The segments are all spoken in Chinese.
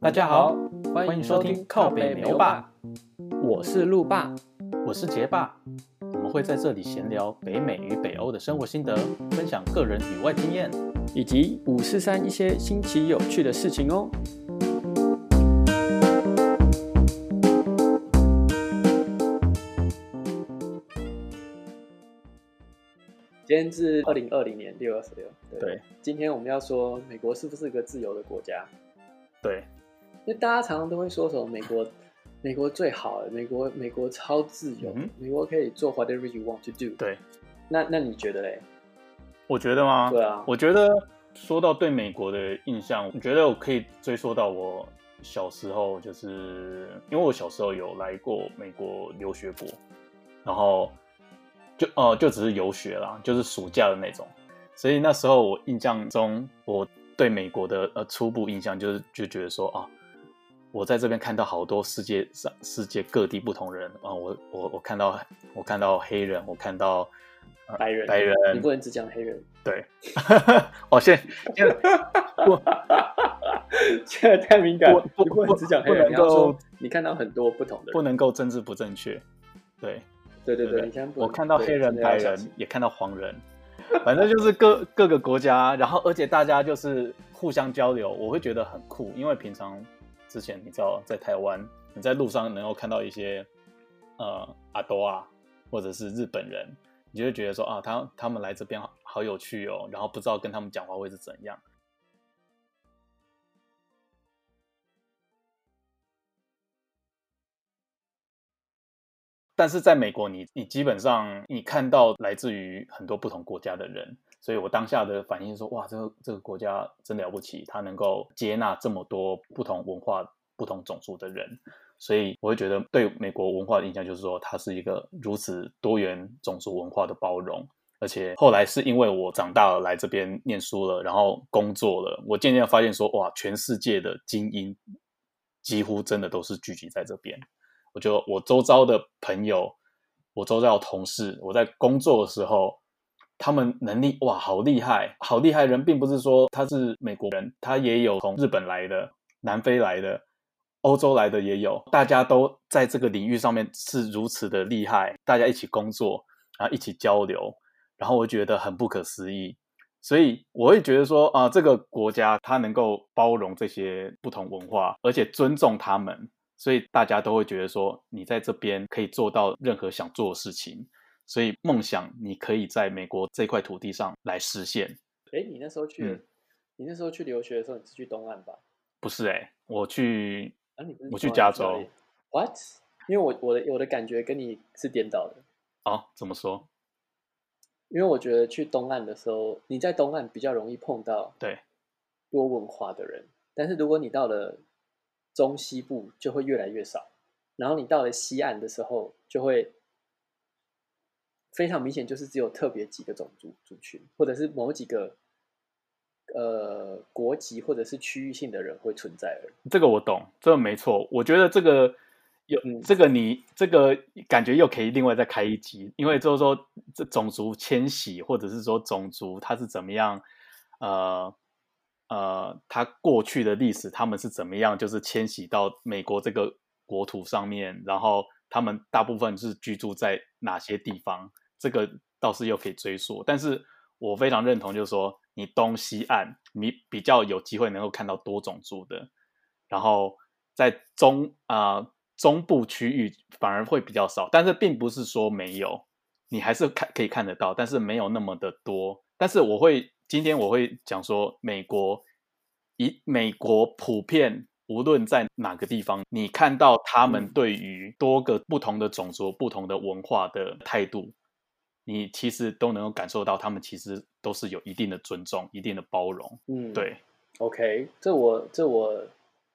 大家好，欢迎收听靠北牛爸，我是路霸，我是杰爸。我们会在这里闲聊北美与北欧的生活心得，分享个人与外经验。以及五四三一些新奇有趣的事情哦。今天是二零二零年六月二十六，对今天我们要说美国是不是个自由的国家？对，因为大家常常都会说什么美国， 美国最好，美国美国超自由，嗯哼美国可以做 whatever you want to do。对，那那你觉得嘞？我觉得吗？对啊，我觉得说到对美国的印象，我觉得我可以追溯到我小时候，就是因为我小时候有来过美国留学过，然后就哦、呃就只是游学啦，就是暑假的那种，所以那时候我印象中，我对美国的呃初步印象就是就觉得说啊。我在这边看到好多世界上世界各地不同人啊，我我我看到我看到黑人，我看到、 呃白人，白人，你不能只讲黑人。 对，哦，现现在现在太敏感了，不不你不能只讲黑不人，能你要够说你看到很多不同的不人。能够政治不正确。对对对对对，你现在不能我看到黑人、白，对真的要小人心，也看到黄人， 反正就是各各个国家，然后而且大家就是互相交流，我会觉得很酷，因为平常之前你知道在台湾，你在路上能够看到一些呃阿多啊，或者是日本人，你就会觉得说啊，他他们来这边好好有趣哦，然后不知道跟他们讲话会是怎样。但是在美国你，你基本上你看到来自于很多不同国家的人，所以我当下的反应是说，哇，这个这个国家真了不起，它能够接纳这么多不同文化、不同种族的人，所以我会觉得对美国文化的印象就是说，它是一个如此多元种族文化的包容。而且后来是因为我长大了，来这边念书了，然后工作了，我渐渐发现说，哇，全世界的精英几乎真的都是聚集在这边。我就我周遭的朋友，我周遭的同事，我在工作的时候，他们能力哇好厉害，好厉害的人，并不是说他是美国人，他也有从日本来的、南非来的、欧洲来的也有，大家都在这个领域上面是如此的厉害，大家一起工作，然后一起交流，然后我觉得很不可思议。所以我会觉得说啊、这个国家它能够包容这些不同文化，而且尊重他们，所以大家都会觉得说，你在这边可以做到任何想做的事情，所以梦想你可以在美国这块土地上来实现。哎，你那时候去嗯，你那时候去留学的时候，你是去东岸吧？不是哎、我去啊，你不是我去东岸加州哪里，what？因为我我的我的感觉跟你是颠倒的，哦，怎么说？因为我觉得去东岸的时候，你在东岸比较容易碰到对多文化的人，但是如果你到了中西部，就会越来越少。然后你到了西岸的时候，就会非常明显，就是只有特别几个种族族群，或者是某几个呃国籍或者是区域性的人会存在而已。这个我懂，这个没错。我觉得这个有、嗯这个你这个感觉又可以另外再开一集，因为就是说这种族迁徙，或者是说种族它是怎么样，呃呃，它过去的历史他们是怎么样，就是迁徙到美国这个国土上面，然后他们大部分是居住在哪些地方，这个倒是又可以追溯。但是我非常认同，就是说你东西岸你比较有机会能够看到多种族的。然后在中啊、呃中部区域反而会比较少，但是并不是说没有，你还是看可以看得到，但是没有那么的多。但是我会今天我会讲说，美国以美国普遍无论在哪个地方，你看到他们嗯对于多个不同的种族、不同的文化的态度，你其实都能够感受到，他们其实都是有一定的尊重、一定的包容。嗯，对， ，OK，这我这我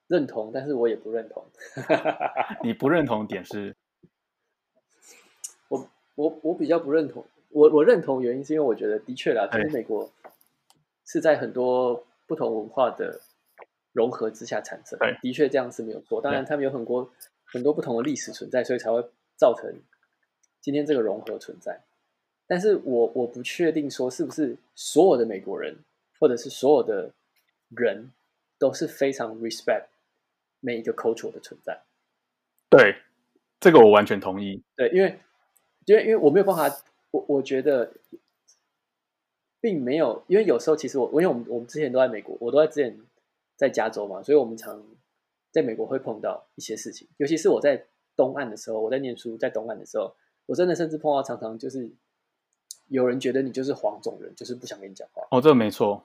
认同，但是我也不认同。你不认同的点是我我我比较不认同，我我认同原因是因为我觉得的确啦，就对是美国是在很多不同文化的融合之下产生对，的确这样是没有错。当然，他们有很多很多不同的历史存在，所以才会造成今天这个融合存在。但是我我不确定说是不是所有的美国人，或者是所有的人都是非常 respect 每一个 culture 的存在。对，这个我完全同意。对，因为因为因为我没有办法，我我觉得并没有，因为有时候其实我因为我们我们之前都在美国，我都在之前在加州嘛，所以我们常在美国会碰到一些事情，尤其是我在东岸的时候，我在念书在东岸的时候，我真的甚至碰到常常就是有人觉得你就是黄种人，就是不想跟你讲话。哦，这个没错。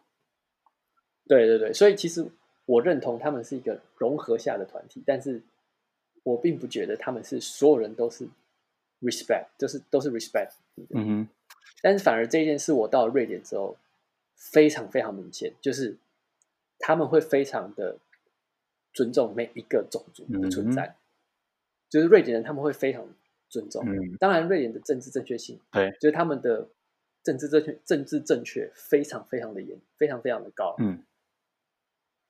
对对对，所以其实我认同他们是一个融合下的团体，但是我并不觉得他们是所有人都是 respect，就是都是 respect 你的。嗯哼，但是反而这一件事，我到了瑞典之后，非常非常明显，就是他们会非常的尊重每一个种族的存嗯在，就是瑞典人他们会非常尊重。嗯，当然，瑞典的政治正确性，对就是他们的政治正确政治正确非常非常的严，非常非常的高，嗯，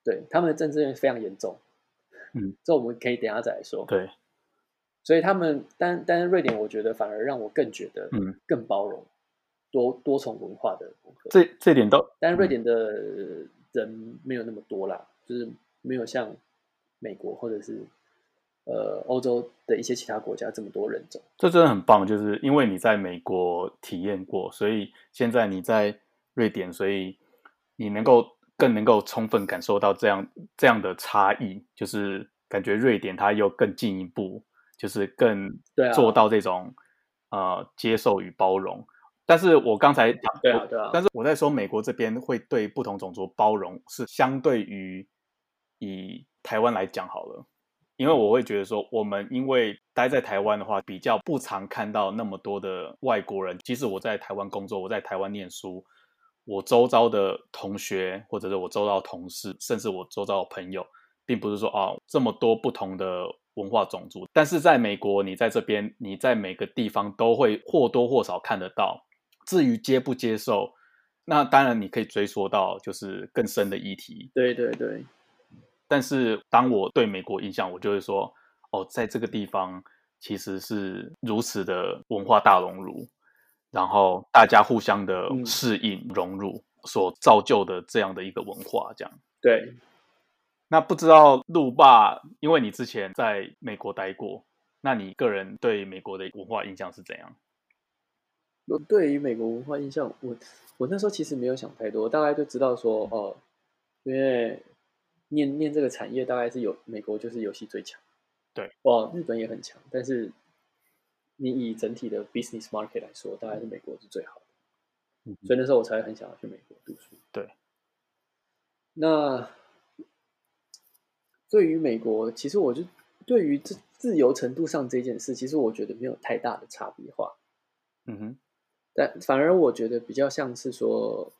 对，他们的政治正确非常严重，嗯，这我们可以等一下再来说。对，所以他们，但但是瑞典，我觉得反而让我更觉得，嗯，更包容，多多重文化的融合。这嗯这点都但是瑞典的人没有那么多啦，就是没有像美国或者是呃欧洲的一些其他国家这么多人种。这真的很棒，就是因为你在美国体验过，所以现在你在瑞典，所以你能够更能够充分感受到这样这样的差异，就是感觉瑞典它又更进一步，就是更对啊做到这种、呃接受与包容。但是我刚才讲，对啊，对啊，但是我在说美国这边会对不同种族包容，是相对于以台湾来讲好了，因为我会觉得说，我们因为待在台湾的话，比较不常看到那么多的外国人。即使我在台湾工作，我在台湾念书，我周遭的同学，或者是我周遭的同事，甚至我周遭的朋友，并不是说啊这么多不同的文化种族，但是在美国，你在这边，你在每个地方都会或多或少看得到。至于接不接受，那当然你可以追溯到就是更深的议题。对对对，但是当我对美国印象，我就会说，哦，在这个地方其实是如此的文化大熔炉，然后大家互相的嗯适应、融入，所造就的这样的一个文化，这样。对，那不知道路霸，因为你之前在美国待过，那你个人对美国的文化印象是怎样？我对于美国文化印象，我我那时候其实没有想太多，大概就知道说哦，因为念念这个产业大概是有美国就是游戏最强，对，哦，日本也很强，但是你以整体的 business market 来说，大概是美国是最好的，嗯所以那时候我才会很想要去美国读书。对，那对于美国，其实我就对于这自由程度上这件事，其实我觉得没有太大的差别化。嗯哼，但反而我觉得比较像是说，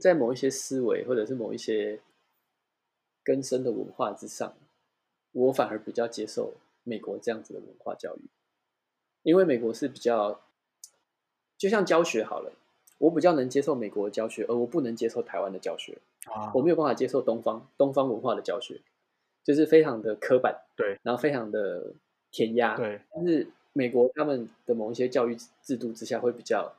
在某一些思维或者是某一些根深的文化之上，我反而比较接受美国这样子的文化教育，因为美国是比较，就像教学好了，我比较能接受美国的教学，而我不能接受台湾的教学，啊我没有办法接受东方东方文化的教学，就是非常的刻板，对，然后非常的填鸭，对，但是美国他们的某一些教育制度之下，会比较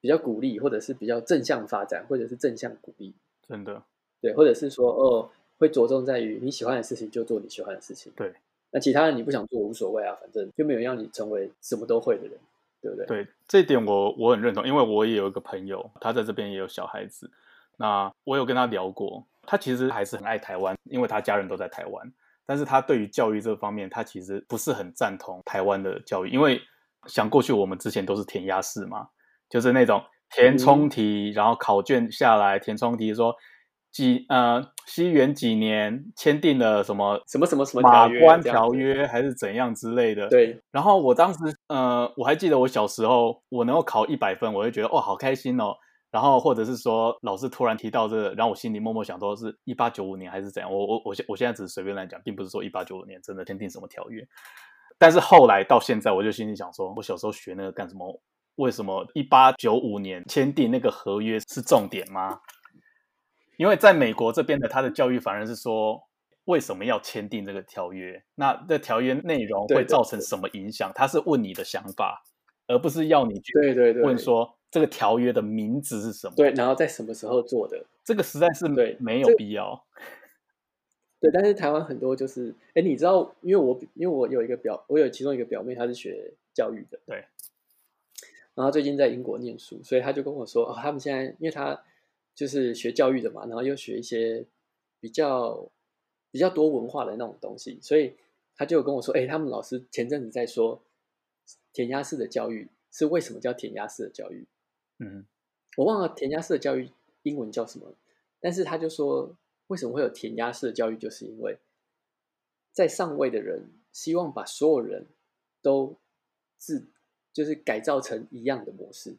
比较鼓励，或者是比较正向发展，或者是正向鼓励，真的，对，或者是说哦，会着重在于你喜欢的事情就做你喜欢的事情，对。那其他人你不想做无所谓啊，反正就没有让你成为什么都会的人，对不对？对这一点我我很认同，因为我也有一个朋友，他在这边也有小孩子，那我有跟他聊过，他其实还是很爱台湾，因为他家人都在台湾，但是他对于教育这方面，他其实不是很赞同台湾的教育，因为想过去我们之前都是填鸭式嘛，就是那种填充题，然后考卷下来填充题说几呃西元几年签订了什么什么什么什么马条约关这样条子约还是怎样之类的，对然后我当时，呃，我还记得我小时候，我能够考一百分，我会觉得哦，好开心哦。然后或者是说，老师突然提到这个，然后我心里默默想说，是一八九五年还是怎样？我我我现我现在只是随便来讲，并不是说一八九五年真的签订什么条约。但是后来到现在，我就心里想说，我小时候学那个干什么？为什么一八九五年签订那个合约是重点吗？因为在美国这边的他的教育反而是说，为什么要签订这个条约？那这条约内容对会对造成什么影响？他是问你的想法，而不是要你去对对对，问说这个条约的名字是什么。对，然后在什么时候做的？这个实在是对没有这必要。对，但是台湾很多就是，哎，你知道，因为我因为我有一个表，我有其中一个表妹，她是学教育的，对，然后最近在英国念书，所以她就跟我说，哦，他们现在因为她就是学教育的嘛，然后又学一些比较比较多文化的那种东西，所以她就有跟我说，哎，他们老师前阵子在说填鸭式的教育是为什么叫填鸭式的教育，嗯，我忘了填鸭式的教育英文叫什么，但是他就说，为什么会有填鸭式的教育，就是因为在上位的人希望把所有人都自就是改造成一样的模式，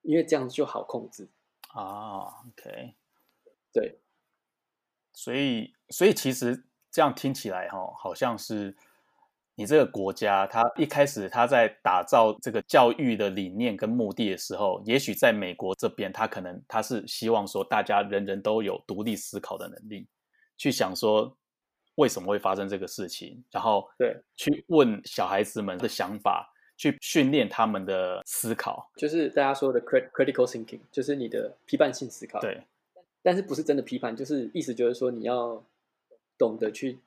因为这样就好控制。啊，OK，对，所以所以其实这样听起来哈、好像是你这个国家，它一开始它在打造这个教育的理念跟目的的时候，也许在美国这边，它可能它是希望说大家人人都有独立思考的能力，去想说为什么会发生这个事情，然后对，去问小孩子们的想法，去训练他们的思考，就是大家说的 crit- critical thinking，就是你的批判性思考。对。但是不是真的批判，就是意思就是说你要懂得去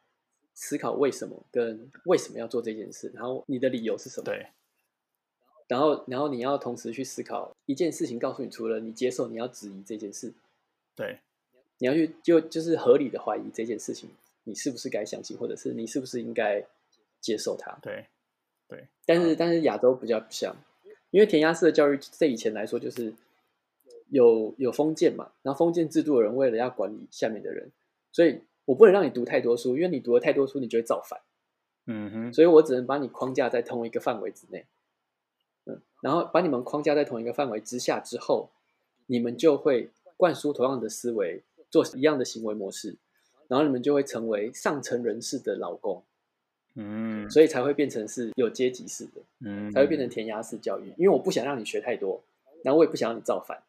思考为什么跟为什么要做这件事，然后你的理由是什么。对，然后，然后你要同时去思考一件事情，告诉你除了你接受，你要质疑这件事，对，你要去就就是合理的怀疑这件事情，你是不是该相信，或者是你是不是应该接受它。对，但是，但是亚洲比较不像，因为填鸭式的教育在以前来说就是有有封建嘛，然后封建制度的人为了要管理下面的人，所以我不能让你读太多书，因为你读了太多书，你就会造反。嗯哼，所以我只能把你框架在同一个范围之内，嗯，然后把你们框架在同一个范围之下之后，你们就会灌输同样的思维，做一样的行为模式，然后你们就会成为上层人士的劳工，嗯，所以才会变成是有阶级式的，嗯，才会变成填鸭式教育，因为我不想让你学太多，然后我也不想让你造反，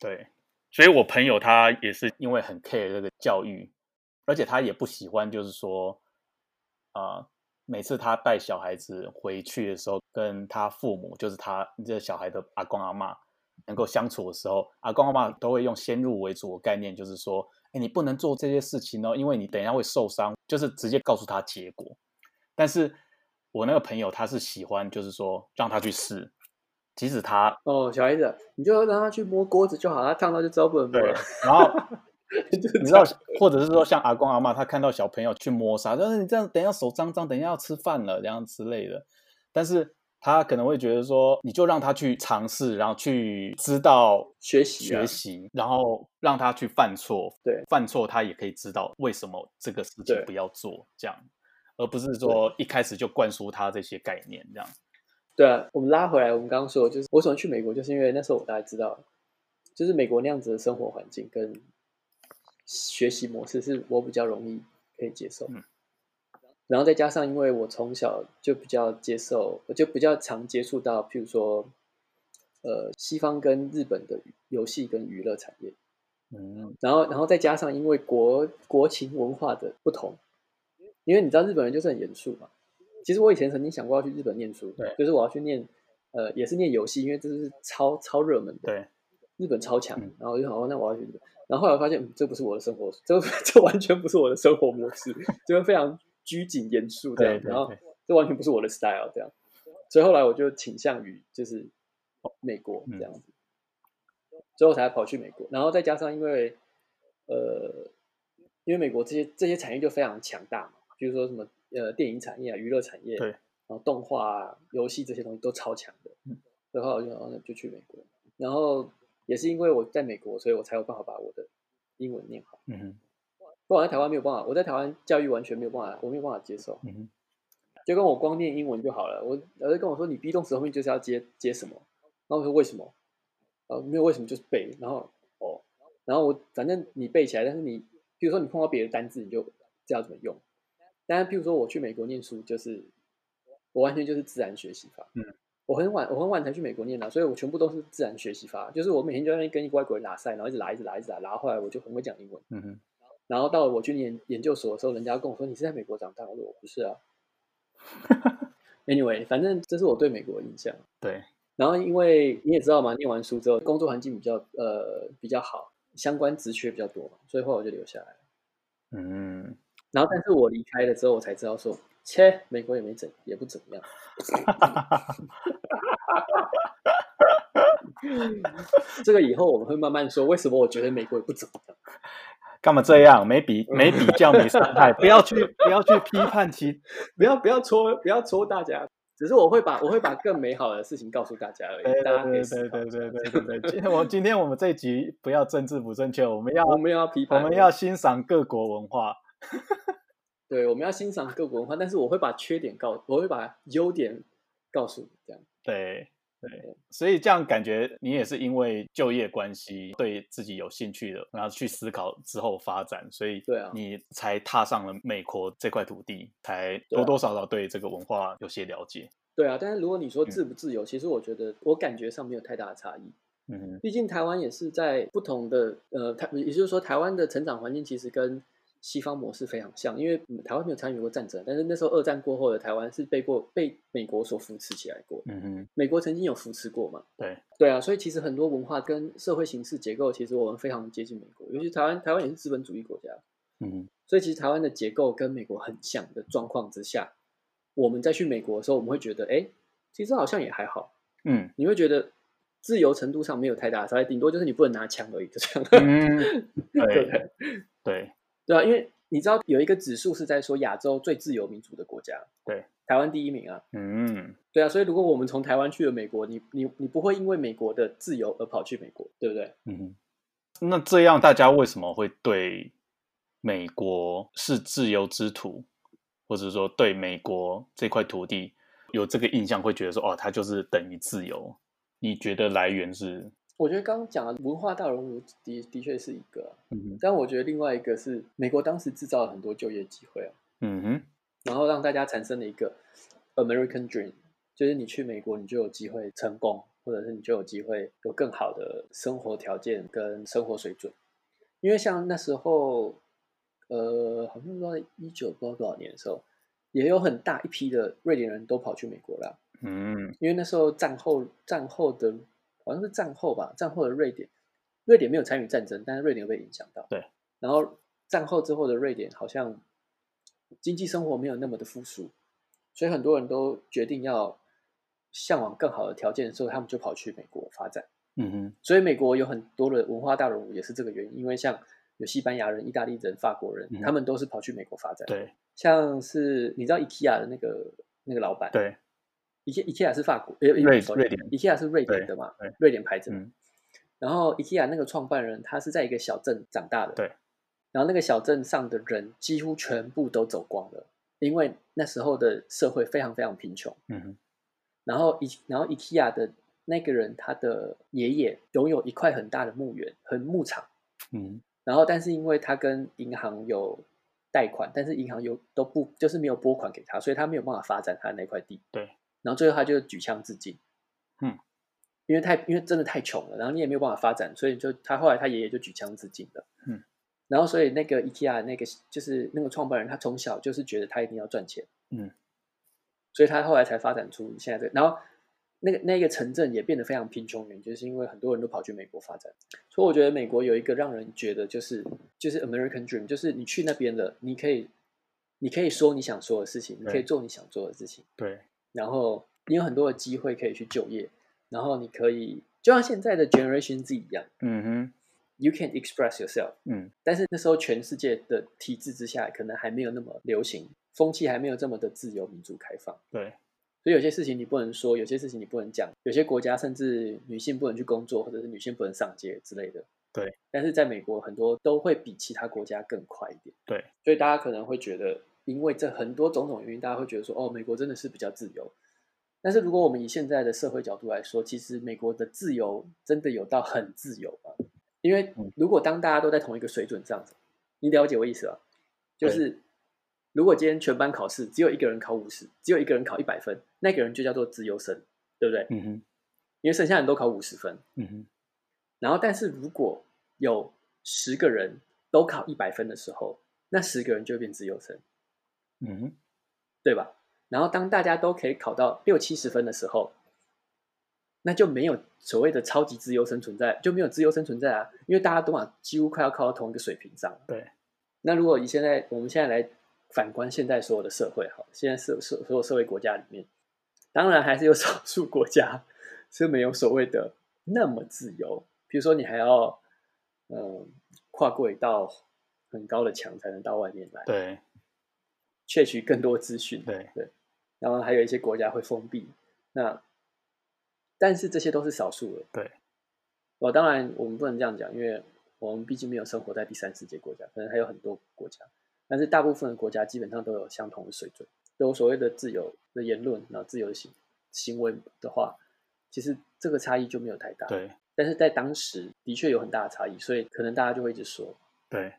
对，所以我朋友他也是因为很 care 这个教育，而且他也不喜欢，就是说，啊、每次他带小孩子回去的时候，跟他父母，就是他这小孩的阿公阿嬷能够相处的时候，阿公阿嬷都会用先入为主的概念，就是说，哎，你不能做这些事情哦，因为你等一下会受伤，就是直接告诉他结果。但是我那个朋友他是喜欢，就是说让他去试，即使他哦，小孩子，你就让他去摸锅子就好，他烫到就知道不能摸对啊了，然后 就是你知这道 样，或者是说像阿公阿嬷，他看到小朋友去摸沙，但是你这样，等一下手脏脏，等一下要吃饭了，这样之类的。但是他可能会觉得说，你就让他去尝试，然后去知道学习啊学习，然后让他去犯错，对，犯错他也可以知道为什么这个事情对不要做，这样，而不是说一开始就灌输他这些概念，这样。对啊，我们拉回来，我们刚刚说，就是我为什么去美国，就是因为那时候我大概知道，就是美国那样子的生活环境跟学习模式是我比较容易可以接受。嗯然后再加上，因为我从小就比较接受，我就比较常接触到，譬如说，呃，西方跟日本的游戏跟娱乐产业，嗯，然后，然后再加上因为国国情文化的不同，因为你知道日本人就是很严肃嘛。其实我以前曾经想过要去日本念书，对就是我要去念，呃，也是念游戏，因为这是超超热门的，对，日本超强嗯。然后我就想，哦，那我要去日本。然后后来我发现，嗯，这不是 我的生活，这这完全不是我的生活模式，就是非常拘谨严肃这样对。对然后对这完全不是我的 style 这样。所以后来我就倾向于就是美国嗯这样子，最后才跑去美国，然后再加上因为呃，因为美国这些这些产业就非常强大嘛，比如说什么呃电影产业啊、娱乐产业，对然后动画、啊、游戏这些东西都超强的嗯，所以后来我就想哦那就去美国，然后也是因为我在美国，所以我才有办法把我的英文念好。嗯哼不然我在台湾没有办法，我在台湾教育完全没有办法，我没有办法接受。嗯哼，就跟我光念英文就好了。我老师跟我说，你 be 动词后面就是要接接什么，然后我说为什么？呃，没有为什么就是背，然后哦，然后我反正你背起来，但是你比如说你碰到别的单字，你就知道怎么用。但是譬如说我去美国念书，就是我完全就是自然学习法。嗯，我很晚我很晚才去美国念啊的、所以我全部都是自然学习法，就是我每天就在那边跟一个外国人拉塞，然后一直拉一直拉一直拉，然后后来我就很会讲英文。嗯哼，然后到了我去研研究所的时候，人家跟我说你是在美国长大，我说我不是啊。anyway，反 正这是我对美国的印象。对，然后因为你也知道嘛，念完书之后工作环境比较呃比较好，相关职缺比较多嘛，所以后来我就留下来了。嗯，然后，但是我离开了之后，我才知道说，切，美国也没怎也不怎么样。 这个以后我们会慢慢说，为什么我觉得美国也不怎么样。干嘛这样？没比嗯没比较没伤害， 不要去不要去批判其不要不要戳不要戳大家，只是我会把我会把更美好的事情告诉大家而已，大家可以思 对考对一下对对对对对。今天我今天我们这一集不要政治不正确，我们要我们要批我判，们要欣赏各国文化。对我们要欣赏各国文化，但是我会把缺点告，我会把优点告诉你，这样对对，嗯所以这样感觉你也是因为就业关系，对自己有兴趣的，然后去思考之后发展，所以对啊你才踏上了美国这块土地，才对啊多多少少对这个文化有些了解。对啊。但是如果你说自不自由，其实我觉得我感觉上没有太大的差异。嗯哼，毕竟台湾也是在不同的呃，台也就是说台湾的成长环境其实跟西方模式非常像，因为嗯台湾没有参与过战争，但是那时候二战过后的台湾是被过被美国所扶持起来过，嗯哼，美国曾经有扶持过嘛？对，对啊，所以其实很多文化跟社会形式结构，其实我们非常接近美国，尤其台湾台湾也是资本主义国家，嗯哼，所以其实台湾的结构跟美国很像的状况之下，我们再去美国的时候，我们会觉得哎，其实好像也还好，嗯你会觉得自由程度上没有太大的差异，顶多就是你不能拿枪而已，就这样。嗯，对对不对？对， 对啊，因为你知道有一个指数是在说亚洲最自由民主的国家，对，台湾第一名啊。嗯，对啊，所以如果我们从台湾去了美国，你你你不会因为美国的自由而跑去美国，对不对？嗯哼，那这样大家为什么会对美国是自由之土，或者说对美国这块土地有这个印象，会觉得说哦，它就是等于自由？你觉得来源是？我觉得刚刚讲的文化大熔炉的的确是一个啊、嗯哼，但我觉得另外一个是美国当时制造了很多就业机会啊，嗯哼，然后让大家产生了一个 American Dream，就是你去美国，你就有机会成功，或者是你就有机会有更好的生活条件跟生活水准。因为像那时候，呃，好像不知道一九不知道多少年的时候，也有很大一批的瑞典人都跑去美国啊啦。嗯因为那时候战后战后的好像是战后吧，战后的瑞典，瑞典没有参与战争，但是瑞典有被影响到。对，然后战后之后的瑞典好像经济生活没有那么的富庶，所以很多人都决定要向往更好的条件的时候，他们就跑去美国发展。嗯哼，所以美国有很多的文化大熔炉也是这个原因，因为像有西班牙人、意大利人、法国人，嗯他们都是跑去美国发展。，对像是你知道 IKEA 的那个那个老板，对， IKEA IKEA 是法国，呃，瑞，sorry，瑞典，IKEA 是瑞典的嘛对对，瑞典牌子嘛。嗯然后 IKEA 那个创办人，他是在一个小镇长大的，对。然后那个小镇上的人几乎全部都走光了，因为那时候的社会非常非常贫穷。嗯哼，然后 I 然后 IKEA 的那个人，他的爷爷拥有一块很大的墓园，很牧场。嗯然后但是因为他跟银行有贷款，但是银行有都不就是没有拨款给他，所以他没有办法发展他的那块地。对，然后最后他就举枪自尽。嗯，因为太因为真的太穷了，然后你也没有办法发展，所以就他后来他爷爷就举枪自尽了。嗯，然后所以那个 IKEA 那个就是那个创办人，他从小就是觉得他一定要赚钱。嗯，所以他后来才发展出现在这个，然后。那个那个城镇也变得非常贫穷，原因就是因为很多人都跑去美国发展。所以我觉得美国有一个让人觉得就是就是 American Dream，就是你去那边了，你可以你可以说你想说的事情，你可以对做你想做的事情，对，然后你有很多的机会可以去就业，然后你可以就像现在的 Generation Z 一样嗯哼， ，You can express yourself。嗯但是那时候全世界的体制之下，可能还没有那么流行，风气还没有这么的自由、民主、开放。对，所以有些事情你不能说，有些事情你不能讲，有些国家甚至女性不能去工作，或者是女性不能上街之类的。对，但是在美国很多都会比其他国家更快一点。对，所以大家可能会觉得，因为这很多种种原因，大家会觉得说，哦，美国真的是比较自由。但是如果我们以现在的社会角度来说，其实美国的自由真的有到很自由吗？因为嗯如果当大家都在同一个水准上，你了解我意思吧？就是如果今天全班考试只有一个人考五十，只有一个人考一百分，那个人就叫做自由生，对不对？嗯哼，因为剩下人都考五十分。嗯哼，然后，但是如果有十个人都考一百分的时候，那十个人就会变自由生，嗯哼，对吧？然后，当大家都可以考到六七十分的时候，那就没有所谓的超级自由生存在，就没有自由生存在啊，因为大家都嘛几乎快要靠到同一个水平上。对，那如果以现在我们现在来反观现在所有的社会，好，现在社所所有社会国家里面，当然还是有少数国家是没有所谓的那么自由，比如说你还要嗯、呃跨过一道很高的墙才能到外面来，对窃取更多资讯，对然后还有一些国家会封闭。那但是这些都是少数了。对，哦，当然我们不能这样讲，因为我们毕竟没有生活在第三世界国家，可能还有很多国家，但是大部分的国家基本上都有相同的水准，都有所谓的自由的言论，然后自由的行行为的话，其实这个差异就没有太大。，对但是在当时的确有很大的差异，所以可能大家就会一直说，对，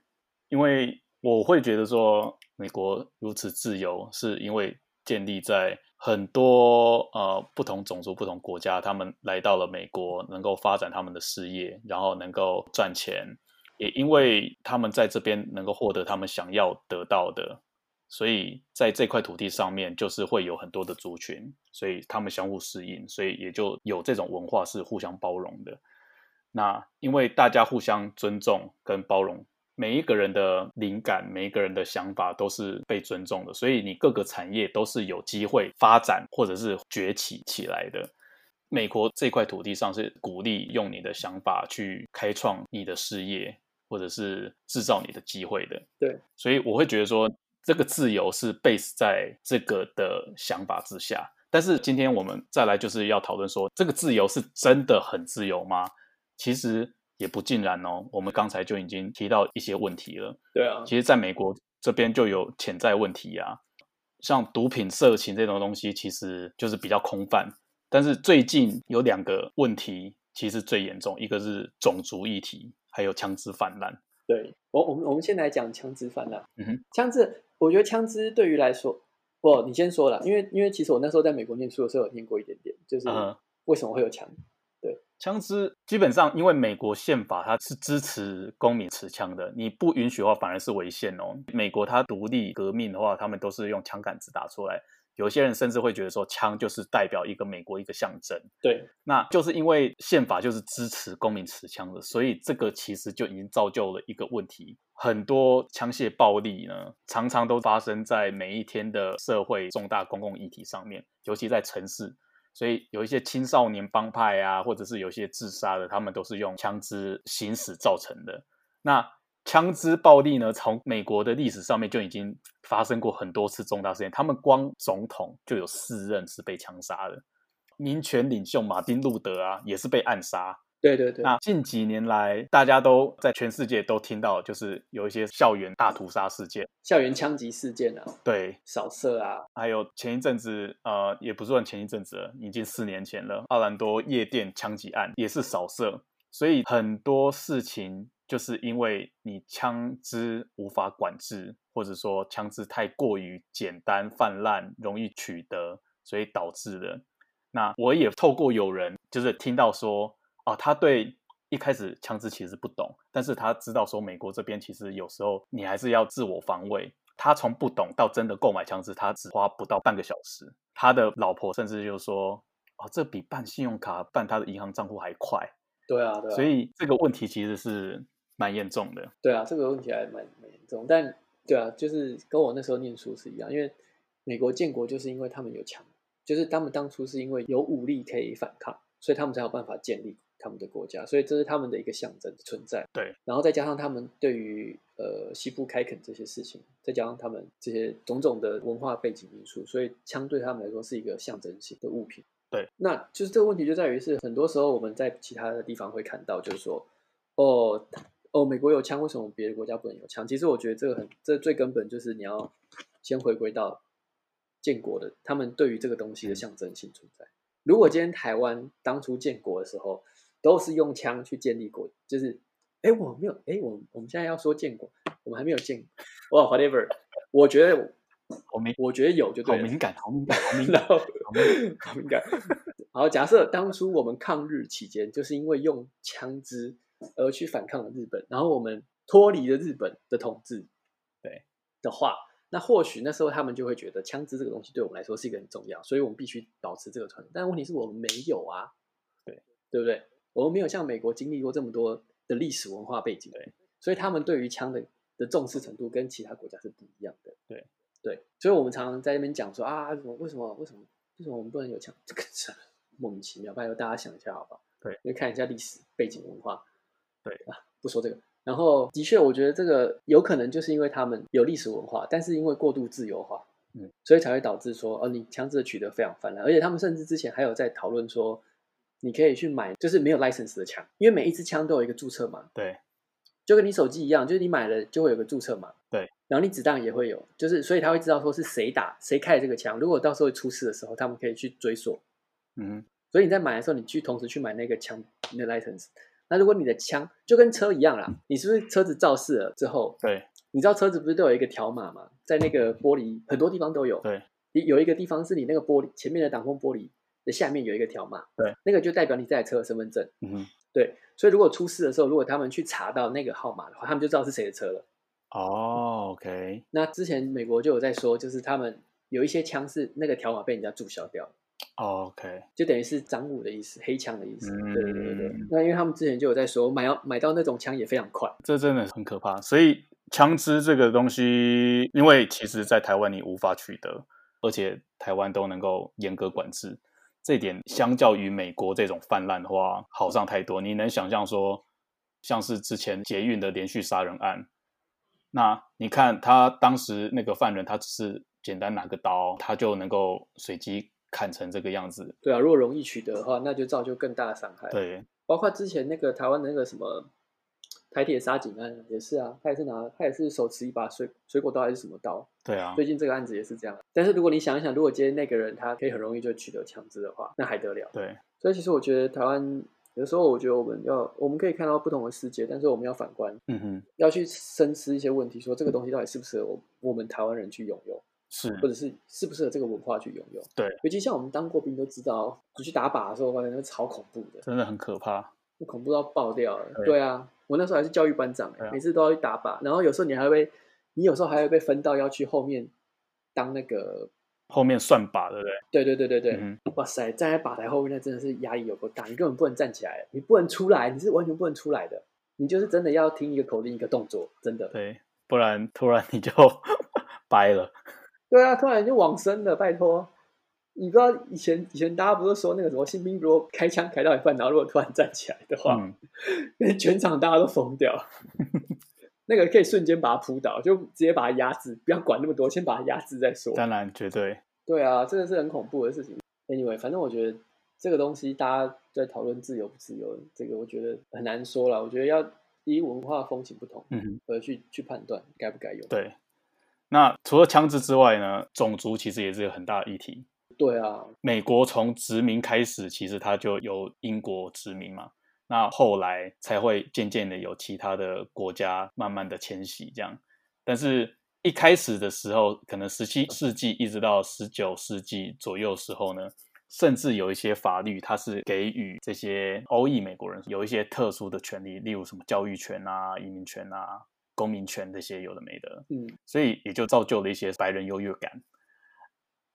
因为我会觉得说，美国如此自由，是因为建立在很多呃不同种族、不同国家，他们来到了美国，能够发展他们的事业，然后能够赚钱，也因为他们在这边能够获得他们想要得到的。所以在这块土地上面，就是会有很多的族群，所以他们相互适应，所以也就有这种文化是互相包容的。那因为大家互相尊重跟包容，每一个人的灵感、每一个人的想法都是被尊重的，所以你各个产业都是有机会发展或者是崛起起来的。美国这块土地上是鼓励用你的想法去开创你的事业，或者是制造你的机会的。对，所以我会觉得说，这个自由是 base 在这个的想法之下。但是今天我们再来就是要讨论说，这个自由是真的很自由吗？其实也不尽然哦。我们刚才就已经提到一些问题了。对啊其实在美国这边就有潜在问题啊，像毒品、色情这种东西，其实就是比较空泛。但是最近有两个问题其实最严重，一个是种族议题，还有枪支泛滥。对我，我们我们先来讲枪支泛滥。嗯哼，枪支，我觉得枪支对于来说，不，你先说了，因为因为其实我那时候在美国念书的时候有听过一点点，就是嗯为什么会有枪，枪支基本上，因为美国宪法它是支持公民持枪的，你不允许的话反而是违宪哦。美国它独立革命的话，他们都是用枪杆子打出来，有些人甚至会觉得说枪就是代表一个美国一个象征。对那就是因为宪法就是支持公民持枪的，所以这个其实就已经造就了一个问题，很多枪械暴力呢，常常都发生在每一天的社会重大公共议题上面，尤其在城市。所以有一些青少年帮派啊，或者是有一些自杀的，他们都是用枪支行使造成的。那枪支暴力呢，从美国的历史上面就已经发生过很多次重大事件，他们光总统就有四任是被枪杀的。民权领袖马丁·路德啊，也是被暗杀。对对对，那近几年来，大家都在全世界都听到，就是有一些校园大屠杀事件。校园枪击事件啊，对，扫射啊，还有前一阵子，呃，也不算前一阵子了，已经四年前了，奥兰多夜店枪击案也是扫射，所以很多事情就是因为你枪支无法管制，或者说枪支太过于简单泛滥，容易取得，所以导致的。那我也透过有人就是听到说，啊，他对一开始枪支其实不懂，但是他知道说美国这边其实有时候你还是要自我防卫。他从不懂到真的购买枪支，他只花不到半个小时。他的老婆甚至就说：“哦，这比办信用卡、办他的银行账户还快。对啊对啊，所以这个问题其实是蛮严重的。对啊，这个问题还蛮蛮严重，但对啊，就是跟我那时候念书是一样，因为美国建国就是因为他们有枪，就是他们当初是因为有武力可以反抗，所以他们才有办法建立他们的国家，所以这是他们的一个象征存在。对，然后再加上他们对于呃西部开垦这些事情，再加上他们这些种种的文化背景因素，所以枪对他们来说是一个象征性的物品。对，那就是这个问题就在于是很多时候我们在其他的地方会看到，就是说哦哦，美国有枪，为什么别的国家不能有枪？其实我觉得这个很，这最根本就是你要先回归到建国的他们对于这个东西的象征性存在。如果今天台湾当初建国的时候都是用枪去建立国，就是哎，我没有哎，我我们现在要说建国，我们还没有建哇，whatever，我觉得好敏，我觉得有就好对了敏。感，好敏感， 好敏然感。后好敏感好敏感。好，假设当初我们抗日期间，就是因为用枪支而去反抗了日本，然后我们脱离了日本的统治，对的话，那或许那时候他们就会觉得枪支这个东西对我们来说是一个很重要，所以我们必须保持这个传统。但问题是我们没有啊，对对不对？我们没有像美国经历过这么多的历史文化背景，对，所以他们对于枪的的重视程度跟其他国家是不一样的。对对，所以我们常常在那边讲说啊，什么为什么为什么为什么我们不能有枪？这个是莫名其妙。拜托大家想一下，好不好？对，因为看一下历史背景文化。对啊，不说这个。然后的确，我觉得这个有可能就是因为他们有历史文化，但是因为过度自由化，嗯，所以才会导致说，哦，你强制的取得非常泛滥，而且他们甚至之前还有在讨论说，你可以去买就是没有 license 的枪，因为每一支枪都有一个注册码，对就跟你手机一样，就是你买了就会有个注册码，对，然后你子弹也会有，就是所以他会知道说是谁打谁开的这个枪，如果到时候出事的时候，他们可以去追溯。嗯哼，所以你在买的时候，你去同时去买那个枪，你的 license。那如果你的枪就跟车一样啦，你是不是车子肇事了之后，对你知道车子不是都有一个条码吗？在那个玻璃很多地方都有，对你有一个地方是你那个玻璃前面的挡风玻璃的下面有一个条码，对，那个就代表你这台车的身份证。嗯哼，对，所以如果出事的时候，如果他们去查到那个号码的话，他们就知道是谁的车了。哦，OK，那之前美国就有在说，就是他们有一些枪是那个条码被人家注销掉了，哦 OK，就等于是赃物的意思，黑枪的意思。嗯对对对对。那因为他们之前就有在说，买到买到那种枪也非常快。这真的很可怕。所以枪支这个东西，因为其实在台湾你无法取得，而且台湾都能够严格管制，这一点相较于美国这种泛滥的话，好上太多。你能想象说，像是之前捷运的连续杀人案，那你看他当时那个犯人，他只是简单拿个刀，他就能够随机砍成这个样子。对啊，如果容易取得的话，那就造就更大的伤害。，对，包括之前那个台湾的那个什么台铁杀警案也是啊，他也是拿他也是手持一把水水果刀还是什么刀。对啊，最近这个案子也是这样。但是如果你想一想，如果今天那个人他可以很容易就取得枪支的话，那还得了？对，所以其实我觉得台湾有时候，我觉得我们要我们可以看到不同的世界，但是我们要反观，嗯哼，要去深思一些问题，说这个东西到底适不适合我我们台湾人去拥有，是，或者是适不适合这个文化去拥有。对，尤其像我们当过兵都知道，你去打靶的时候，发现那超恐怖的，真的很可怕。那恐怖到爆掉了。对对啊，我那时候还是教育班长、欸对啊每次都要去打靶，然后有时候你还会被，你有时候还会被分到要去后面当那个。后面算靶，对不对？对对对对对，嗯哇塞！站在靶台后面，那真的是压力有够大，你根本不能站起来，你不能出来，你是完全不能出来的，你就是真的要听一个口令一个动作，真的。对，不然突然你就 掰了。对啊，突然就往生了，拜托！你不知道以前以前大家不是说那个什么新兵，如果开枪开到一半，然后如果突然站起来的话，嗯，那全场大家都疯掉。 那个可以瞬间把他扑倒，就直接把他压制，不要管那么多，先把他压制再说。当然绝对对啊，这个是很恐怖的事情。Anyway，反正我觉得这个东西大家在讨论自由不自由，这个我觉得很难说了。我觉得要依文化风情不同嗯哼，而去去判断该不该用。对。那除了枪支之外呢，种族其实也是一个很大的议题。对啊，美国从殖民开始，其实它就有英国殖民嘛，那后来才会渐渐的有其他的国家慢慢的迁徙这样。但是一开始的时候，可能十七世纪一直到十九世纪左右时候呢，甚至有一些法律它是给予这些欧裔美国人有一些特殊的权利，例如什么教育权啊、移民权啊、公民权这些有的没的。嗯，所以也就造就了一些白人优越感。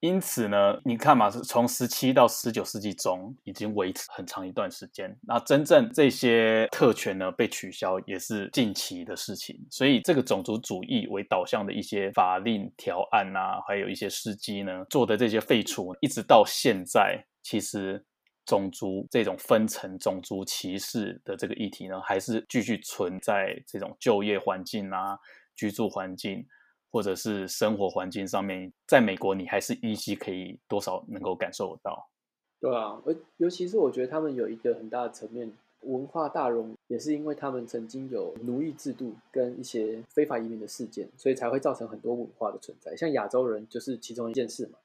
因此呢，你看嘛，是从十七到十九世纪中已经维持很长一段时间。那真正这些特权呢被取消，也是近期的事情。所以这个种族主义为导向的一些法令条案啊，还有一些事迹呢，做的这些废除，一直到现在，其实种族这种分层、种族歧视的这个议题呢，还是继续存在这种就业环境啊、居住环境或者是生活环境上面，在美国你还是依稀可以多少能够感受得到。对啊，而尤其是我觉得他们有一个很大的层面，文化大融，也是因为他们曾经有奴役制度跟一些非法移民的事件，所以才会造成很多文化的存在。像亚洲人就是其中一件事嘛，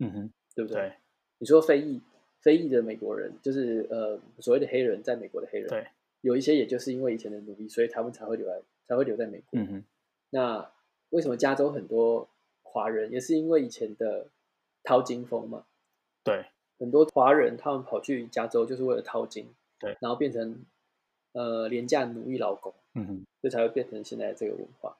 嗯哼，对不对你说非裔，非裔的美国人，就是呃所谓的黑人，在美国的黑人，对，有一些也就是因为以前的奴役，所以他们才会留在才会留在美国。嗯哼，那为什么加州很多华人，也是因为以前的淘金风嘛，对很多华人他们跑去加州就是为了淘金，对，然后变成呃廉价奴役劳工，嗯哼，这才会变成现在这个文化。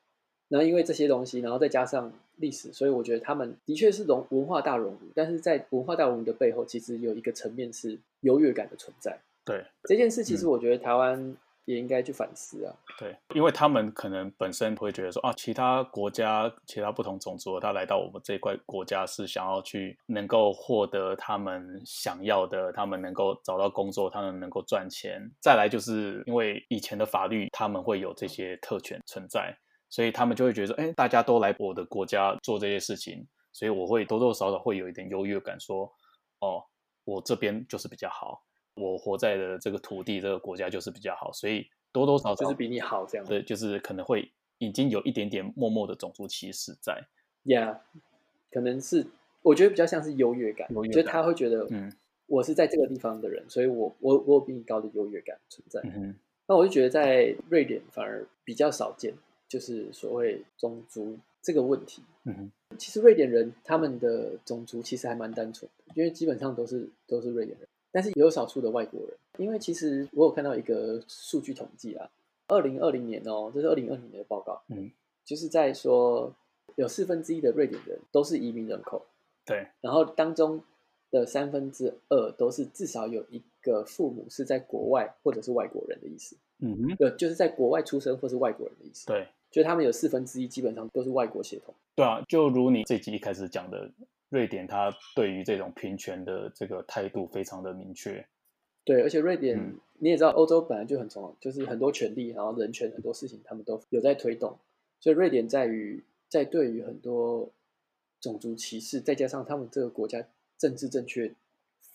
然后因为这些东西，然后再加上历史，所以我觉得他们的确是融文化大熔炉，但是在文化大熔炉的背后，其实有一个层面是优越感的存在。对，嗯这件事其实我觉得台湾也应该去反思啊。对，因为他们可能本身会觉得说啊，其他国家、其他不同种族的，他来到我们这一块国家是想要去能够获得他们想要的，他们能够找到工作，他们能够赚钱。再来就是因为以前的法律，他们会有这些特权存在，所以他们就会觉得说，哎，大家都来我的国家做这些事情，所以我会多多少少会有一点优越感说，哦，我这边就是比较好，我活在的这个土地、这个国家就是比较好，所以。多多少少就是比你好这样对，就是可能会已经有一点点默默的种族歧视在。 ，Yeah，可能是我觉得比较像是优越感，优越就是感他会觉得，嗯，我是在这个地方的人，所以我我我有比你高的优越感存在。嗯哼，那我就觉得在瑞典反而比较少见，就是所谓种族这个问题。嗯哼，其实瑞典人他们的种族其实还蛮单纯的，因为基本上都是都是瑞典人，但是也有少数的外国人。因为其实我有看到一个数据统计啊，二零二零年哦，这是二零二零年的报告，嗯，就是在说有四分之一的瑞典人都是移民人口，对，然后当中的三分之二都是至少有一个父母是在国外或者是外国人的意思，嗯哼，有就是在国外出生或是外国人的意思。，对，就是他们有四分之一基本上都是外国血统。对啊，就如你这集一开始讲的，瑞典它对于这种平权的这个态度非常的明确。对，而且瑞典、嗯你也知道，欧洲本来就很重要，就是很多权利，然后人权很多事情，他们都有在推动。所以瑞典在于在对于很多种族歧视，再加上他们这个国家政治正确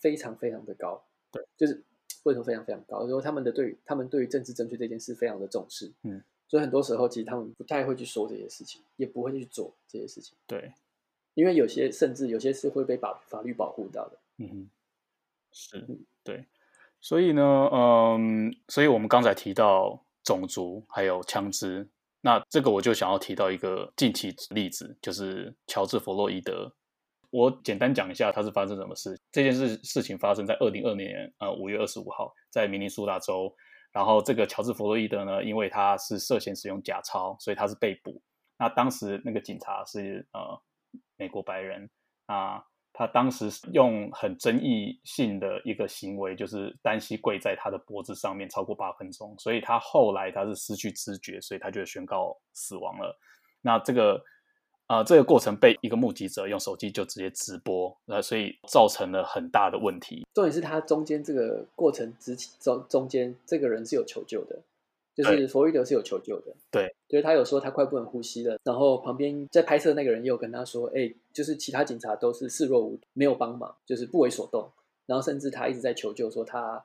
非常非常的高，对，就是为什么非常非常高？就是说他们的对于他们对于政治正确这件事非常的重视，嗯，所以很多时候其实他们不太会去说这些事情，也不会去做这些事情，对，因为有些甚至有些是会被法法律保护到的。嗯哼，是对，所以呢，嗯，所以我们刚才提到种族还有枪支，那这个我就想要提到一个近期例子，就是乔治·弗洛伊德。我简单讲一下他是发生什么事。这件事事情发生在二零二零年呃五月二十五号，在明尼苏达州。然后这个乔治·弗洛伊德呢，因为他是涉嫌使用假钞，所以他是被捕。那当时那个警察是呃美国白人，啊，他当时用很争议性的一个行为，就是单膝跪在他的脖子上面超过八分钟，所以他后来他是失去知觉，所以他就宣告死亡了。那这个啊、呃这个过程被一个目击者用手机就直接直播，那、所以造成了很大的问题。重点是他中间这个过程之中中间，这个人是有求救的，就是弗洛伊德是有求救的，对，就是他有说他快不能呼吸了，然后旁边在拍摄的那个人又跟他说，哎、就是其他警察都是视若无睹，没有帮忙，就是不为所动，然后甚至他一直在求救，说他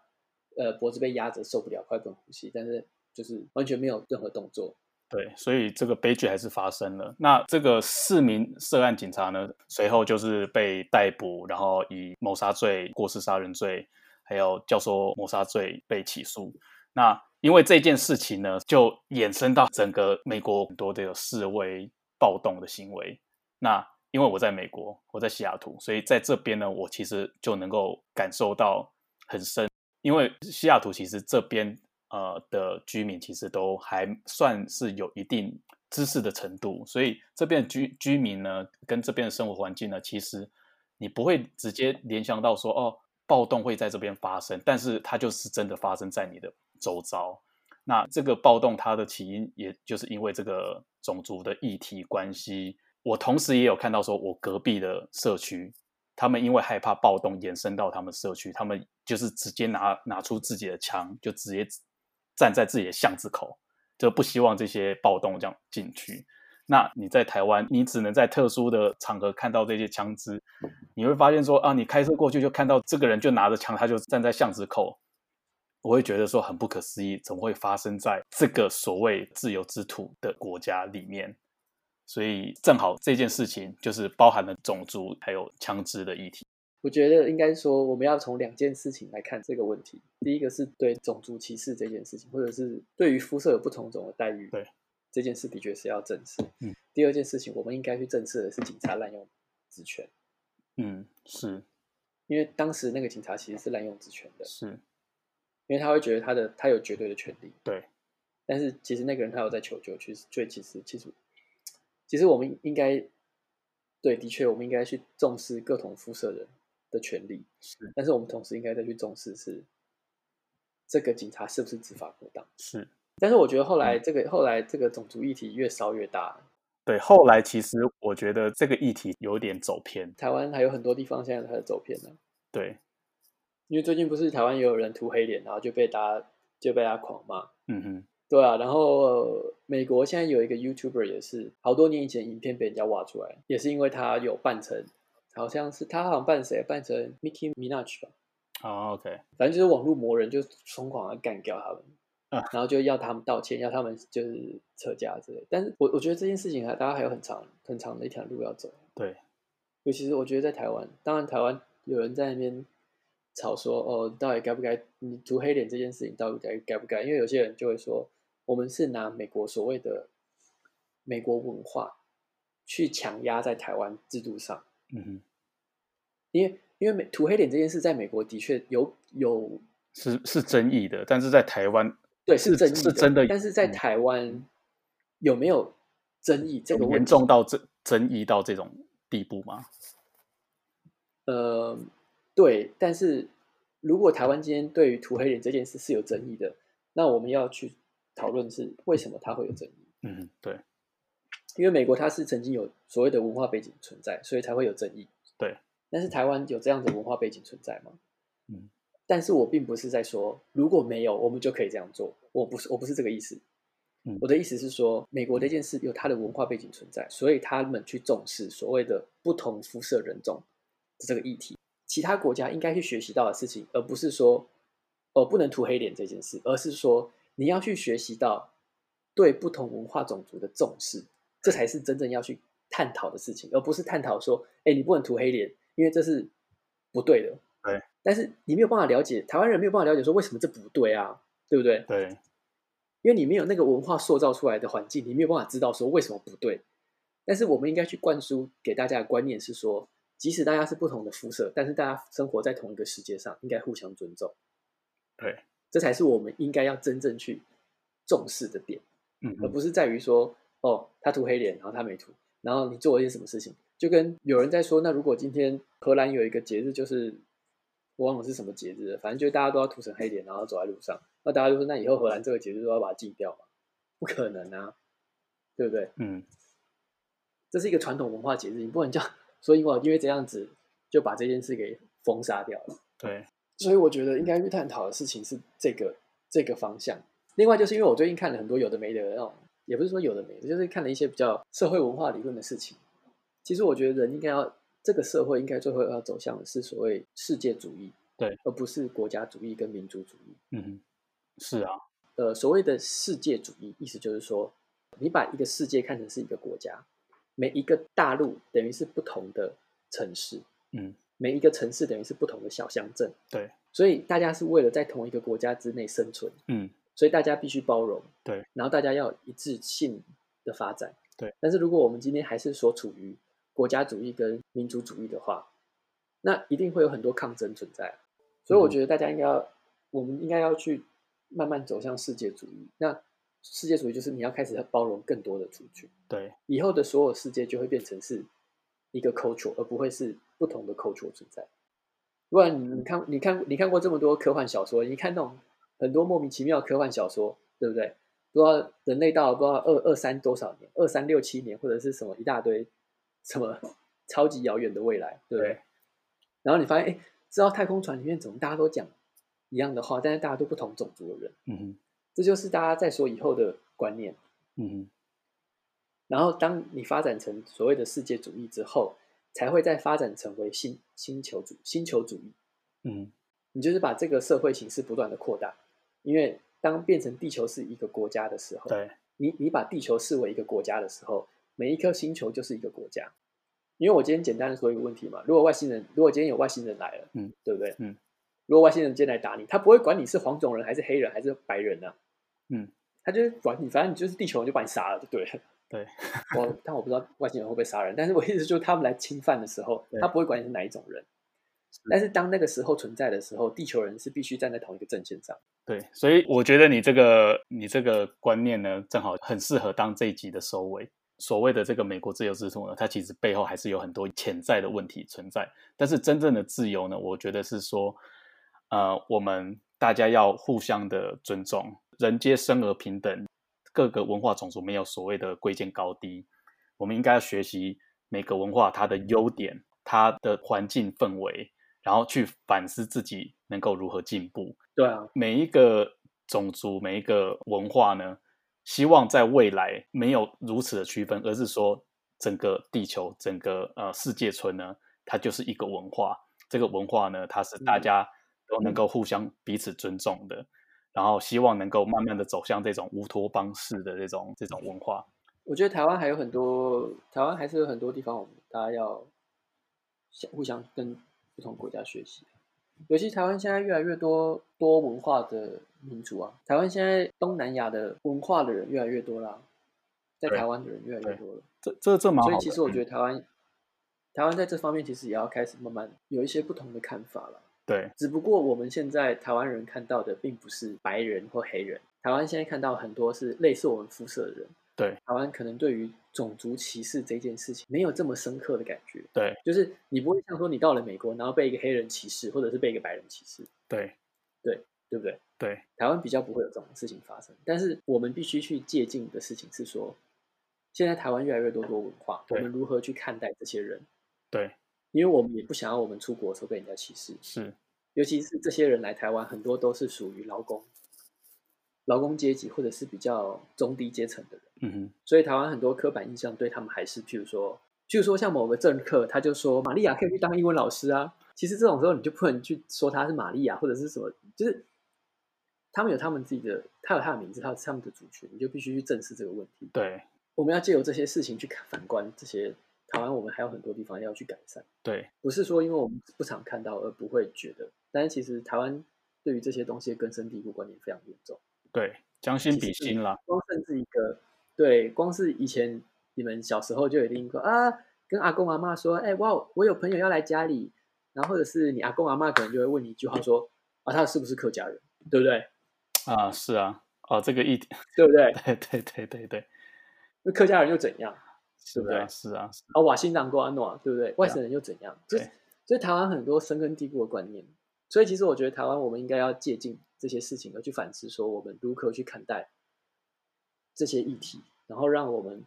呃脖子被压着受不了，快不能呼吸，但是就是完全没有任何动作，对，所以这个悲剧还是发生了。那这个四名涉案警察呢，随后就是被逮捕，然后以谋杀罪、过失杀人罪，还有教唆谋杀罪被起诉。那因为这件事情呢，就衍生到整个美国很多这个示威暴动的行为。那因为我在美国，我在西雅图，所以在这边呢，我其实就能够感受到因为西雅图其实这边呃的居民其实都还算是有一定知识的程度，所以这边的居居民呢，跟这边的生活环境呢，其实你不会直接联想到说哦暴动会在这边发生，但是它就是真的发生在你的周遭。那这个暴动它的起因，也就是因为这个种族的议题关系。我同时也有看到说，我隔壁的社区他们因为害怕暴动延伸到他们社区，他们就是直接拿拿出自己的枪，就直接站在自己的巷子口，就不希望这些暴动这样进去。那你在台湾，你只能在特殊的场合看到这些枪支，你会发现说啊，你开车过去就看到这个人就拿着枪，他就站在巷子口，我会觉得说很不可思议，怎么会发生在这个所谓自由之土的国家里面？所以正好这件事情就是包含了种族还有枪支的议题。我觉得应该说，我们要从两件事情来看这个问题。第一个是对种族歧视这件事情，或者是对于肤色有不同种的待遇，对这件事的确是要正视。嗯，第二件事情，我们应该去正视的是警察滥用职权，嗯，是因为当时那个警察其实是滥用职权的，是，因为他会觉得他的他有绝对的权利，对，但是其实那个人他有在求救，其实所以其实其实其实我们应该对，的确我们应该去重视各种肤色人的权利，是但是我们同时应该再去重视是这个警察是不是执法过当。是但是我觉得后来这个后来这个种族议题越烧越大，对。后来其实我觉得这个议题有点走偏，台湾还有很多地方现在都开始走偏了。对，因为最近不是台湾也有人涂黑脸，然后就被大家就被大家狂骂。嗯哼，对啊，然后、呃美国现在有一个 YouTuber 也是，好多年以前影片被人家挖出来，也是因为他有扮成，好像是他好像扮谁，扮成 Nicki Minaj 吧，好，OK，哦反正就是网络魔人就疯狂的干掉他们，啊然后就要他们道歉，要他们就是撤架之类的。但是我我觉得这件事情还大家还有很长很长的一条路要走，对，尤其是我觉得在台湾，当然台湾有人在那边吵说哦，到底该不该你涂黑脸这件事情到底该该不该？因为有些人就会说，我们是拿美国所谓的美国文化去强压在台湾制度上。嗯哼，因为因为美涂黑脸这件事，在美国的确有有是是争议的，但是在台湾对是争议是真的但是在嗯台湾有没有争议这个问严题？重到这争议到这种地步吗？呃，对，但是如果台湾今天对于涂黑脸这件事是有争议的，那我们要去讨论是为什么它会有争议。嗯哼，对，因为美国它是曾经有所谓的文化背景存在，所以才会有争议。对，但是台湾有这样的文化背景存在吗？嗯，但是我并不是在说如果没有，我们就可以这样做。我不是我不是这个意思。嗯我的意思是说，美国这件事有它的文化背景存在，所以他们去重视所谓的不同肤色人种的这个议题。其他国家应该去学习到的事情，而不是说呃不能涂黑脸这件事，而是说你要去学习到对不同文化种族的重视，这才是真正要去探讨的事情，而不是探讨说，哎，你不能涂黑脸，因为这是不对的。对，但是你没有办法了解，台湾人没有办法了解说为什么这不对啊，对不对？对，因为你没有那个文化塑造出来的环境，你没有办法知道说为什么不对。但是我们应该去灌输给大家的观念是说，即使大家是不同的肤色，但是大家生活在同一个世界上，应该互相尊重。对，这才是我们应该要真正去重视的点，嗯而哼，不是在于说，哦，他涂黑脸，然后他没涂，然后你做了一件什么事情，就跟有人在说，那如果今天荷兰有一个节日，就是我忘了是什么节日了，反正就是大家都要涂成黑脸，然后走在路上，那大家就说，那以后荷兰这个节日都要把它禁掉嘛？不可能啊，对不对？嗯，这是一个传统文化节日，你不能叫， 所以我因为这样子就把这件事给封杀掉了。对，所以我觉得应该去探讨的事情是这个这个方向。另外，就是因为我最近看了很多有的没的那种，也不是说有的没的，就是看了一些比较社会文化理论的事情。其实我觉得人应该要这个社会应该最后要走向的是所谓世界主义，对，而不是国家主义跟民族主义。嗯哼，是啊，呃，所谓的世界主义，意思就是说，你把一个世界看成是一个国家，每一个大陆等于是不同的城市，嗯，每一个城市等于是不同的小乡镇，对，所以大家是为了在同一个国家之内生存，嗯，所以大家必须包容，对，然后大家要有一致性的发展，对。但是如果我们今天还是所处于国家主义跟民族主义的话，那一定会有很多抗争存在。嗯所以我觉得大家应该要，我们应该要去慢慢走向世界主义。那世界主义就是你要开始包容更多的族群，对，以后的所有世界就会变成是一个 culture，而不会是不同的 culture 存在。不然你你看你看你看过这么多科幻小说，你看那种很多莫名其妙的科幻小说，对不对？不知道人类到了不知道二二三多少年，二三六七年或者是什么一大堆什么 超级遥远的未来，对不对？对然后你发现，哎，知道太空船里面怎么大家都讲一样的话，但是大家都不同种族的人，嗯哼，这就是大家在说以后的观念。嗯哼，然后，当你发展成所谓的世界主义之后，才会再发展成为星星球主星球主义。嗯哼，你就是把这个社会形式不断的扩大，因为当变成地球是一个国家的时候，对，你你把地球视为一个国家的时候，每一颗星球就是一个国家。因为我今天简单的说一个问题嘛，如果外星人，如果今天有外星人来了，嗯，对不对？嗯，如果外星人今天来打你，他不会管你是黄种人还是黑人还是白人啊，嗯，他就是管你，反正你就是地球人就把你杀了，就对了。对， 我但我不知道外星人会不会杀人，但是我意思就是他们来侵犯的时候对，他不会管你是哪一种人。但是当那个时候存在的时候，地球人是必须站在同一个阵线上。对，所以我觉得你这个你这个观念呢，正好很适合当这一集的收尾。所谓的这个美国自由制度呢，它其实背后还是有很多潜在的问题存在。但是真正的自由呢，我觉得是说，呃，我们大家要互相的尊重，人皆生而平等，各个文化种族没有所谓的贵贱高低。我们应该要学习每个文化它的优点、它的环境氛围，然后去反思自己能够如何进步。对啊，每一个种族、每一个文化呢，希望在未来没有如此的区分，而是说整个地球、整个呃世界村呢，它就是一个文化。这个文化呢，它是大嗯家都能够互相彼此尊重的，然后希望能够慢慢的走向这种乌托邦式的这种这种文化。我觉得台湾还有很多，台湾还是有很多地方我们大家要相互相跟不同国家学习。尤其台湾现在越来越多多文化的民族啊，台湾现在东南亚的文化的人越来越多啦，在对台湾的人越来越多了。这这这蛮好所的。嗯以其实我得觉得台湾，台湾在这方面其实也要开始慢慢有一些不同的看法了。对只不过我们现在台湾人看到的并不是白人或黑人，台湾现在看到很多是类似我们肤色的人。对，台湾可能对于种族歧视这件事情没有这么深刻的感觉，对就是你不会像说你到了美国，然后被一个黑人歧视，或者是被一个白人歧视，对对不对？对台湾比较不会有这种事情发生，但是我们必须去借鉴的事情是说，现在台湾越来越多多文化，我对们如何去看待这些人？对，因为我们也不想要我们出国的时候被人家歧视，是，尤其是这些人来台湾，很多都是属于劳工、劳工阶级或者是比较中低阶层的人，嗯哼，所以台湾很多刻板印象对他们还是，譬如说，譬如说像某个政客，他就说玛利亚可以去当英文老师啊，其实这种时候你就不能去说他是玛利亚或者是什么，就是他们有他们自己的，他有他的名字，他有他们的族群，你就必须去正视这个问题。对我们要借由这些事情去看反观这些台湾，我们还有很多地方要去改善。对不是说因为我们不常看到而不会觉得，但是其实台湾对于这些东西的根深蒂固观念非常严重。对，将心其比实心啦。光甚至一个对，光是以前你们小时候就有一定说啊，跟阿公阿妈说，哎、哇，我有朋友要来家里，然后或者是你阿公阿妈可能就会问你一句话说，啊，他是不是客家人，对不对？啊，是啊，哦，这个议题，对不对？ 对对对对对，那客家人又怎样？是对不对啊是啊，是啊，瓦辛朗过安诺，对不对？外省人又怎样？就是啊对就是台湾很多深根蒂固的观念，所以其实我觉得台湾我们应该要借鉴这些事情，而去反思说我们如何去看待这些议题，然后让我们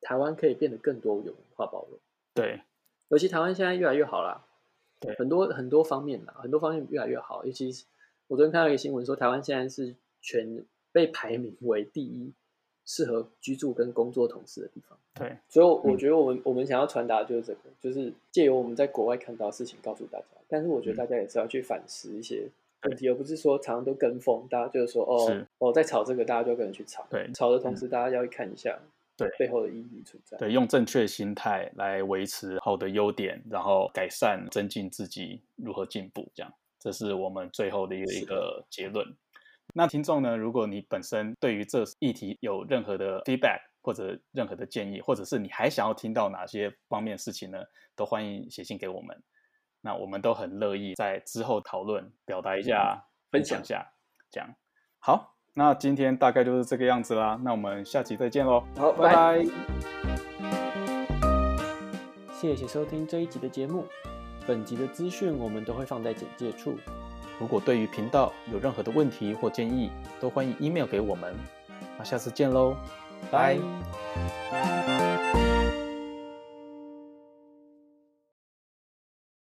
台湾可以变得更多有文化包容。对尤其台湾现在越来越好啦，对很多很多方面啦，很多方面越来越好。尤其是我昨天看到一个新闻说，台湾现在是全被排名为第一适合居住跟工作同事的地方。对所以我我觉得我们、我们想要传达的就是这个，就是借由我们在国外看到的事情告诉大家，但是我嗯觉得大家也是要去反思一些问题，而不是说常常都跟风，大家就是说哦是哦在吵这个，大家就跟着去吵，对嗯吵的同时大家要去看一下对背后的意义存在，对，用正确心态来维持好的优点，然后改善、增进自己如何进步，这样，这是我们最后的一个一是的个结论。那听众呢，如果你本身对于这议题有任何的 feedback 或者任何的建议，或者是你还想要听到哪些方面的事情呢，都欢迎写信给我们。那我们都很乐意在之后讨论、表达一下、嗯分分享享一下，这样。好，那今天大概就是这个样子啦。那我们下期再见喽，好，拜拜。谢谢收听这一集的节目，本集的资讯我们都会放在简介处，如果对于频道有任何的问题或建议，都欢迎 email 给我们。那下次见喽，拜。拜